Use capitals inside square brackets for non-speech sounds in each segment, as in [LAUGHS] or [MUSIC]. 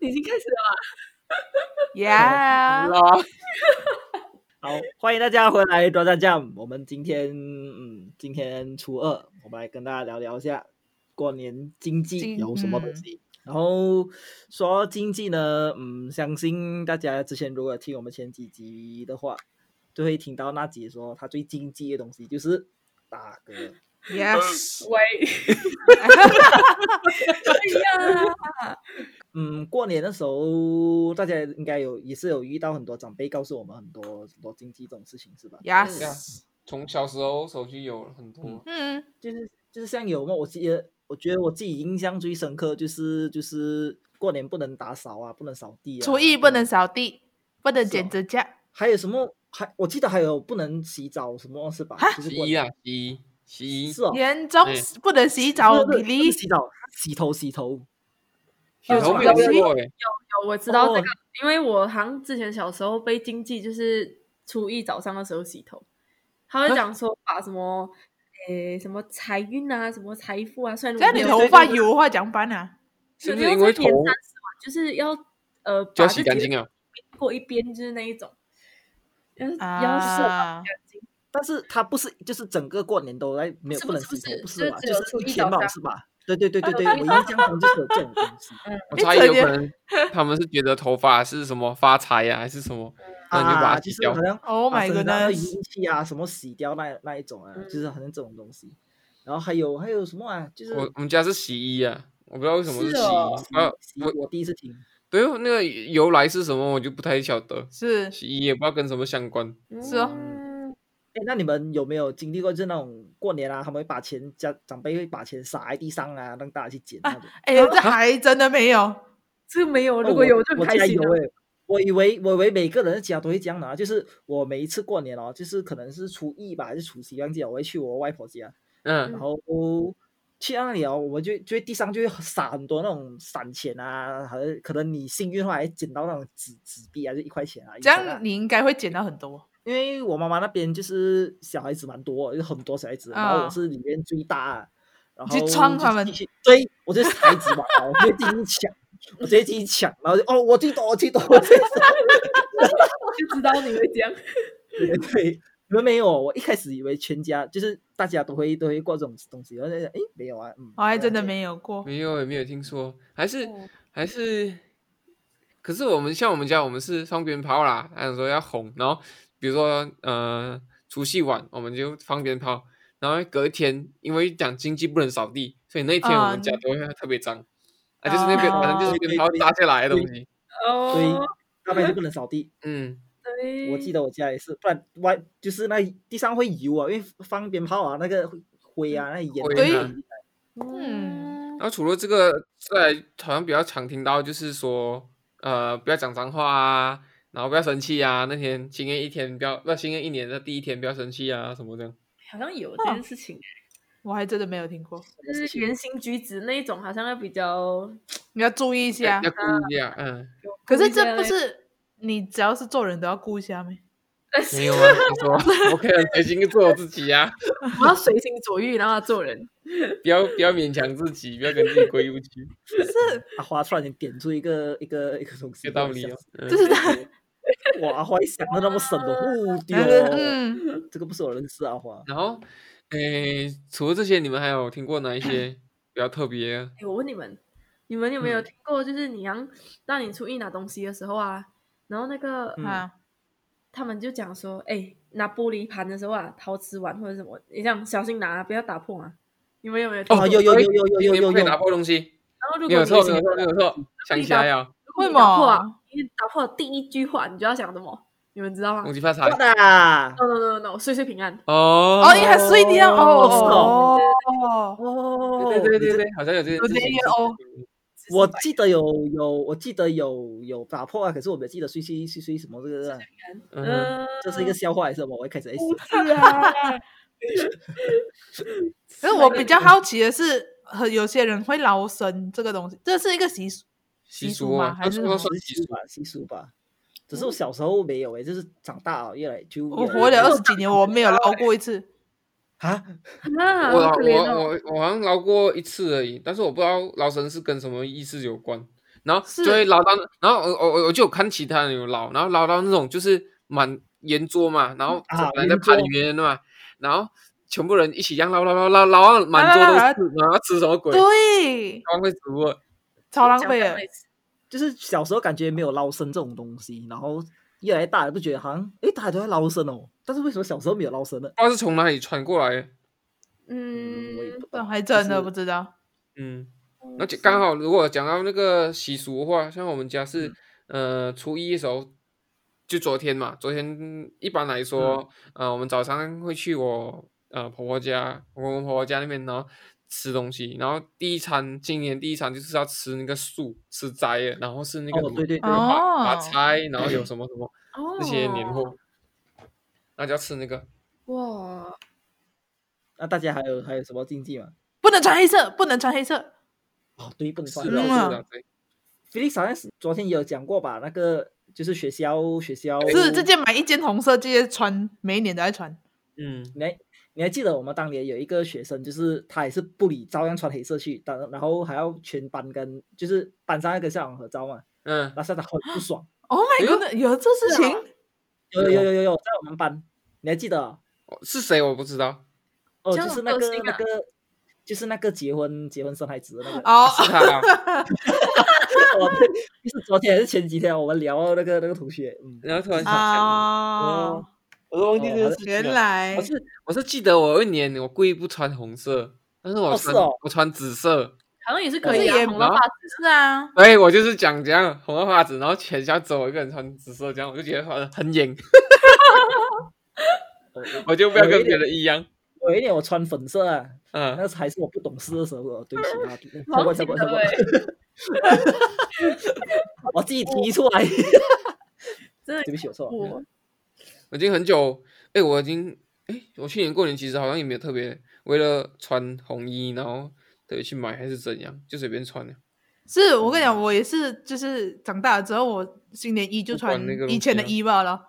已经开始了吗？ Yeah，了。好，欢迎大家回来抓战将。我们今天，嗯，今天初二，我们来跟大家聊聊一下过年经济经有什么东嗯西。然后说经济呢，嗯，相信大家之前如果听我们前几集的话，就会听到那集说他最经济的东西就是打嗝。 Yes，喂，哎呀，嗯，过年的时候，大家应该有也是有遇到很多长辈告诉我们很多很多经济这种事情，是吧？这样 Yes， [LAUGHS] 从小时候手机有很多，嗯啊嗯，就是就是像有嘛，我记得我觉得我自己印象最深刻就是就是过年不能打扫啊，不能扫地啊，厨艺不能，扫地，不能剪指甲，还有什么还我记得还有不能洗澡什么是吧？就是洗过衣啊，洗衣，洗衣是，哦，严重对不能洗澡，不是你不是离洗澡洗头洗头，洗头没有听过哎，有我知道这个哦，因为我好像之前小时候被经济就是初一早上的时候洗头，他会讲说把什么。诶，什么财运啊，什么财富啊？虽然这我样没你有头在发做油话讲班啊，是不就是要因为在头年三十晚就是要呃就把要洗干净啊？过一边，就是那一种，要要洗啊干，净。但是它不是就是整个过年都来没有是不不能是不洗头是，就是不吧？只就有初是一一天早吧上是吧？对对对对对，啊我对印象中就是有这种东西我变猜有成可了能他们是觉得头发是什么发财呀、还是什么，那你就把啊，它就洗是掉好。像 Oh 把 my 身上的 goodness 阴气啊，什么洗掉那那一种啊，嗯就是好像这种东西。然后还有还有什么啊？就是我我们家是洗衣啊，我不知道为什么是是洗哦衣，啊，洗我我第一次听，对哦那个由来是什么我就不太晓得，是洗衣也不知道跟什么相关。是哦嗯哎，那你们有没有经历过就是那种过年啊，他们会把钱家长辈会把钱撒在地上啊，让大家去捡那种？哎，这还真的没有，这个没有，哦如果有就我很家开心啊有了。哎、我以为我以为每个人的家都会这样的、啊，就是我每一次过年哦，就是可能是初一吧还是除夕忘记了，我会去我外婆家，然嗯，后去到那里哦，我们就就会地上就会撒很多那种散钱啊，还是可能你幸运的话还捡到那种纸纸币啊，就一块钱啊。一这块啊样你应该会捡到很多。因为我妈妈那边就是小孩子蛮多，有很多小孩子，然后啊我是里面最大的，然后去撞就他们进去，对我就是孩子嘛，然后我就进去抢，我直接进去抢，然后就哦，我最多，我最多，我最多。就知道你会这样，对对，你们没有，我一开始以为全家就是大家都会都会过这种东西，然后就哎没有啊，嗯，我哦还对啊真的对啊没有过，没有也欸没有听说，还是、哦还是，可是我们像我们家，我们是放鞭炮啦，还有说要哄，然后比如说呃除夕晚我们就放鞭炮，然后隔一天因为讲经济不能扫地，所以那一天我啊们家都会特别脏，啊就是那边反正就哦是鞭炮对对炸下来的对东西，所以哦，大半就不能扫地。嗯，对，我记得我家也是，不然外就是那地上会油啊，因为放鞭炮啊，那个灰啊，那烟啊。对啊嗯，然后除了这个，再来好像比较常听到就是说呃不要讲脏话啊。然后不要生气啊！那天新年一天不要，那新年一年的第一天不要生气啊，什么这样。好像有这件事情，我还真的没有听过，就是言行举止那一种，好像要比较。你要注意一要啊下要。顾一下，嗯，可是这不是你只要是做人都要顾一下吗？ [LAUGHS] 没有啊，他说我可以很随心地做我自己呀、啊， [LAUGHS] 我要随心所欲，然后做人。不要不要勉强自己，不要跟自己过意不去， [LAUGHS] 阿啊花突然间点出一个一个一个东西，有道理哦。嗯就、是他，哇，阿花一想到那么深的，哦丢，嗯，这个不是我认识阿花。然后，诶，除了这些，你们还有听过哪一些比较特别？啊哎，我问你们，你们有没有嗯听过？就是你让让你初一拿东西的时候啊，然后那个嗯啊，他们就讲说，哎，拿玻璃盘的时候啊，陶瓷碗或者什么，你这样小心拿，不要打破啊。你们有没有听过？哦，有有有有有有今天有不可以有打，破东西，然后如没果有你错，没有错，没有错，想起来了，如果你为打破啊什么，你打破第一句话，你就要想什么？你们知道吗恭喜发财真。的啊？No No No No，no，岁岁平安。哦哦，你很碎的样是哦哦哦，哦，对对对你对对，好像有这件有事这情些。哦，这，我记得有有，我记得有有打破啊，可是我没有记得碎碎碎碎什么这个啊，嗯，这是一个笑话还是什么？我一开始在想不是呃啊。 [LAUGHS] 可是我比较好奇的是，和有些人会捞生这个东西，这是一个习俗习俗俗吗？啊，还是什么说习俗吧，习俗吧。只是我小时候没有诶，就是长大了越来就我越来哦活越了二十几年，我没有捞过一次。啊，啊，我好可怜我哦！我我好像捞过一次而已，但是我不知道捞神是跟什么意思有关。然后是就会捞到那，然后我我我我就有看其他人有捞，然后捞到那种就是满圆桌嘛，然后啊本来在圆桌盘圆的嘛，然后全部人一起这样捞捞捞捞捞到满桌都来来来是，然后吃什么鬼？对，光会煮了，超浪费的。就是小时候感觉没有捞生这种东西，然后越来越大了就觉得好像诶，大家都在捞生哦，但是为什么小时候没有捞生呢？不知道是从哪里传过来的。嗯我也不嗯懂。还真的是不知道。嗯，哦而且刚好如果讲到那个习俗的话，像我们家是、呃初一的时候，就昨天嘛，昨天一般来说，呃，我们早上会去我呃婆婆家，我公公婆婆家那边，然后吃东西，然后第一餐今年第一餐就是要吃那个素吃斋的，然后是那个哦什，么对对对，哦拔拔菜，然后有什么什么那些年哦货，那就要吃那个。哇，那大家还有还有什么禁忌吗？不能穿黑色，不能穿黑色。哦，对，不能是放的，黑是色嗯啊的，对， Felix 好像是昨天也有讲过吧？那个就是学校学校是这件买一件红色，这件穿，每一年都在穿。嗯，你还你还记得我们当年有一个学生，就是他也是不理，照样穿黑色去，当然后还要全班跟就是班上要跟校长合照嘛，嗯，那校长很不爽。 Oh 哎 my 呦啊 god，有这事情？有有有哦有有有，在我们班，你还记得啊、是谁我不知道，哦？这样就是很那恶个心那啊个，就是那个结婚结婚生孩子的那 [LAUGHS] 个。哦，是他啊。哦，对，就是昨天还是前几天我们聊到那个那个同学，嗯， [LAUGHS] 然后突然想起来，啊，我都忘记哦好这的个事情原了。来我是我是记得我有一年我故意不穿红色，但是我哦穿、是哦我穿紫色，好像也是可可以是啊，也红到发紫。是啊，所以我就是讲这样红到发紫，然后全校只有我一个人穿紫色，这样我就觉得很很 [LAUGHS] 演，我我就不要跟别人一样。我有一年我穿粉色啊，嗯，那时还是我不懂事的时候哦，对不起 [LAUGHS] 啊，对不好过记对不得起对不哎起，我自己提出来， [LAUGHS] [LAUGHS] 真的对不起，我错嗯了。我嗯我已经很久，哎、我已经哎、我去年过年其实好像也没有特别为了穿红衣，然后特别去买还是怎样，就随便穿了。是我跟你讲，我也是，就是长大了之后，我新年衣就不管穿那个东西以前的了衣吧了，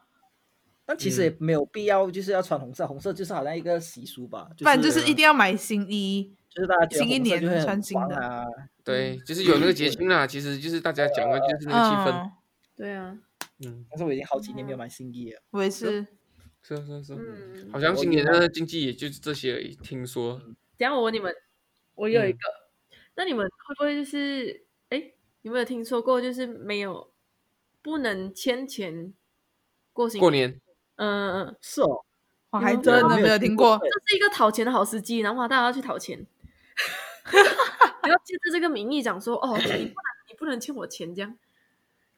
但其嗯实也没有必要，就是要穿红色，红色就是好像一个习俗吧，不然就就是是一定要买新衣。就是大家觉得新一红色年就会很穿新的爽啊，对，就是有那个节庆啦，其实就是大家讲的就是那个气氛。嗯，对啊，嗯，但是我已经好几年没有买新衣了。我也是。是啊是啊是啊。嗯，好像我今明年白嗯的经济也就这些而已，听说。等一下我问你们，我有一嗯个，那你们会不会就是，哎，有没有听说过，就是没有不能签钱过新过？年嗯嗯嗯，是哦，我有还吗真的没有听过，这是一个讨钱的好时机，然后大家要去讨钱， [LAUGHS] 不要借着这个名义讲说，哦，你不能你不能欠我钱这样，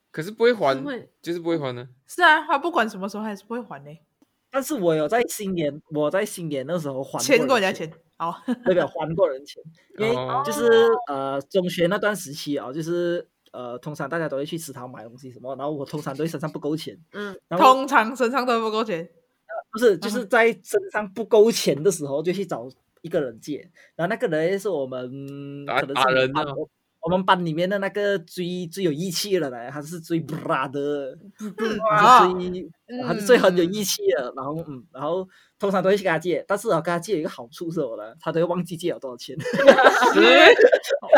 可是不会还是，会就是不会嗯还呢。是啊，他不管什么时候还是不会还的，但是我有在新年，我在新年那时候还欠过过人家钱，钱。哦好，代表还过人钱，因为哦就是呃中学那段时期啊，就是呃通常大家都会去食堂买东西什么，然后我通常都会身上不够钱，嗯，然后通常身上都不够钱。不是嗯就是在身上不够钱的时候就去找一个人借，然后那个人是我们打可能打是我人们班啊我我们班里面的那个最最有义气的人来，他是最嗯 bra 的，啊他是最他是最很有义气的，然后嗯，然后通常都会去跟他借，但是我跟他借有一个好处是什么呢？他都会忘记借了多少钱， [LAUGHS]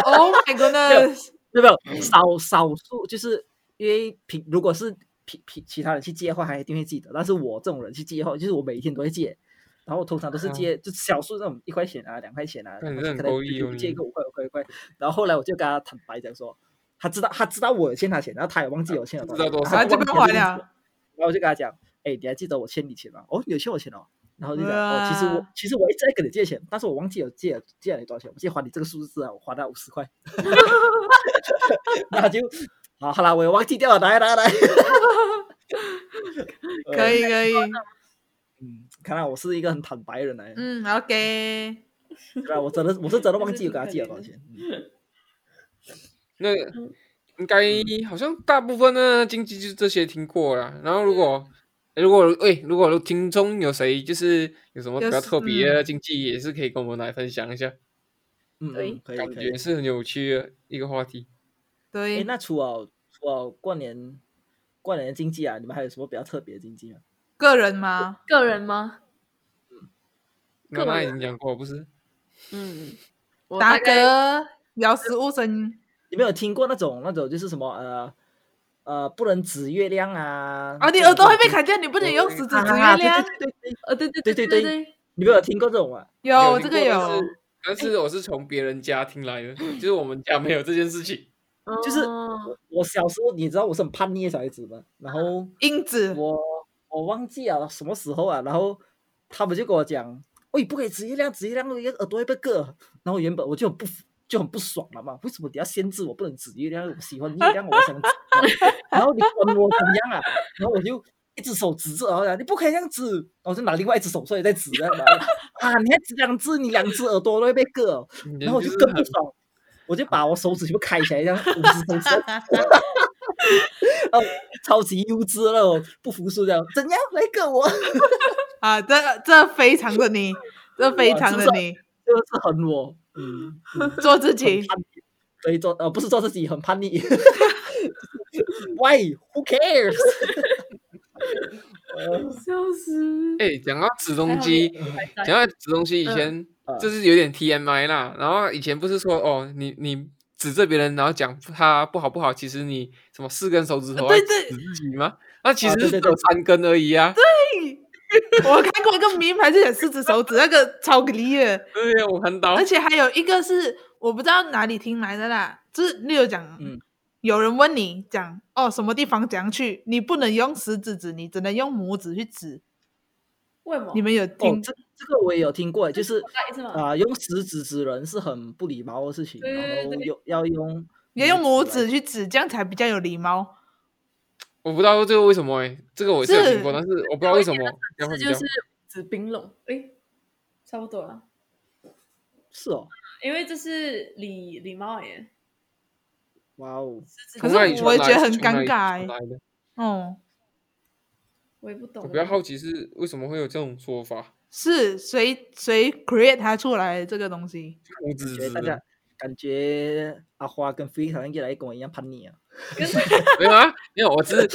Oh my goodness！对不对？嗯少少数就是因为平如果是平平其他人去借的话，还一定会记得，但是我这种人去借的话，就是我每一天都会借，然后我通常都是借、就小数那种一块钱啊、两块钱啊，啊那然你后真可的很能够义哦就借你一个五块、五块、五块，然后后来我就跟他坦白讲说。他知道，他知道我有欠他钱，然后他也忘记我欠了多少钱，知道多少啊，然后这忘边记还这件事了。然后我就跟他讲，哎，你还记得我欠你钱吗？哦，你有欠我钱哦。然后就讲，哦，哇其实我其实我一直在跟你借钱，但是我忘记有借借了你多少钱，我借还你这个数字啊，我还了五十块。 [LAUGHS] 那他就啊，好啦，我也忘记掉了，来来来，呃可以可以，嗯，看来我是一个很坦白的人来，嗯，OK，对啊，我真的我是真的忘记有跟他借了多少钱。嗯那应该嗯好像大部分呢经济就是这些听过啦。然后如果嗯如果哎、如果听众有谁就是有什么比较特别的经济，也是可以跟我们来分享一下，嗯，对嗯可以感可以觉。是很有趣的一个话题。哎，对，那除了除了过年过年的经济啊，你们还有什么比较特别的经济吗？个人吗？个人吗？刚刚已经讲过不是？嗯，我达大概哥聊食物生你没有听过那种那种就是什么呃呃不能指月亮啊？啊，你这种耳朵会被东西砍掉，你不能用食指指啊月对亮。对对对对呃，对对对对对对对，你没有听过这种啊吗？有这个听过有，，但是但是我是从别人家听来的，就是我们家没有这件事情。就是哦我我小时候你知道我是很叛逆的小孩子嘛，然后英子我我忘记了什么时候啊，然后他们就跟我讲，喂，不可以指月亮，指月亮那个耳朵会被割。然后原本我就很不服就很不爽了嘛，为什么你要限制我不能指月亮？我喜欢月亮，我想指月亮， [LAUGHS] 然后你管我怎样啊？然后我就。一只手指着，然后讲你不可以这样指，然后我就拿另外一只手出来再指这样嘛 [LAUGHS] 啊！你还指两只，你两只耳朵都会被割哦。 [LAUGHS] 然后我就你更是不很爽，我就把我手指全部开起来，这样五十手指， [LAUGHS] 哦，超级幼稚那种，不服输这样，怎样来个我， [LAUGHS] 就啊，这这非常的你，这非哇常是的不是你，是很我，嗯，嗯做自己很。叛逆，所以做呃不是做自己，很叛逆。Why? Who cares? 哦笑死！哎，讲到指东西，还在讲到指东西，以前嗯就是有点 TMI 啦。然后以前不是说哦，你你指着别人，然后讲他不好不好，其实你什么四根手指头对来对指自己吗？那其啊实对只对有对三根而已啊。我看过一个名牌是写四只手指，那个超给力的，哦对呀，我看到而。且还有一个是我不知道哪里听来的啦，就是例如讲，嗯有人问你讲哦什么地方怎样去，你不能用食指指，你只能用拇指去指。为什么？你们有哦听？，这这个我也有听过，就是再一次吗？啊、用食指指人是很不礼貌的事情，对然后对用要用要用拇来指去指，这样才比较有礼貌。我不知道这个为什么哎、这个我是有是听过，但是我不知道为什么这样会这比就较是指冰冷，哎，差不多了，是哦，因为这是礼礼貌耶。哇哦，是指可从是哪里传我也来觉得是很从哪尴尬里传欸来的哦、我也不懂，啊我比较好奇是为什么会有这种说法，是谁谁 create 它出来的这个东西？拇指觉指得大的家感觉阿花跟飞好像越来越跟我一样叛逆啊。没有啊，没有，我 [LAUGHS] 只是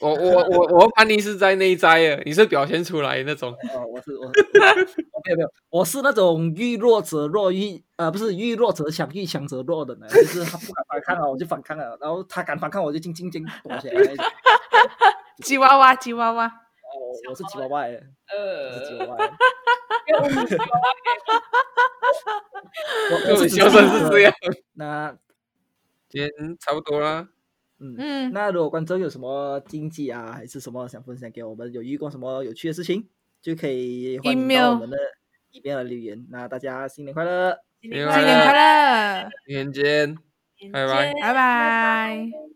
我我我我叛逆是在内在的，啊你是表现出来的那种。哦，我是我，我没有没有，我是那种遇弱则弱，遇呃不是遇弱则强，遇强则弱的呢。就是他不敢反抗啊，我就反抗了；然后他敢反抗，我就静静静躲起来那种。哦吉娃娃，吉娃娃，我我是吉娃娃耶，我是吉呃，[LAUGHS] 娃娃耶。这我种我笑声是这样。样。那今天差不多啦，嗯，嗯，那如果观众有什么经济啊，还是什么想分享给我们，有遇过什么有趣的事情，就可以欢迎 Email 到我们的里面来留言。那大家新年快乐！新没有新年快乐，明天见。拜拜拜拜。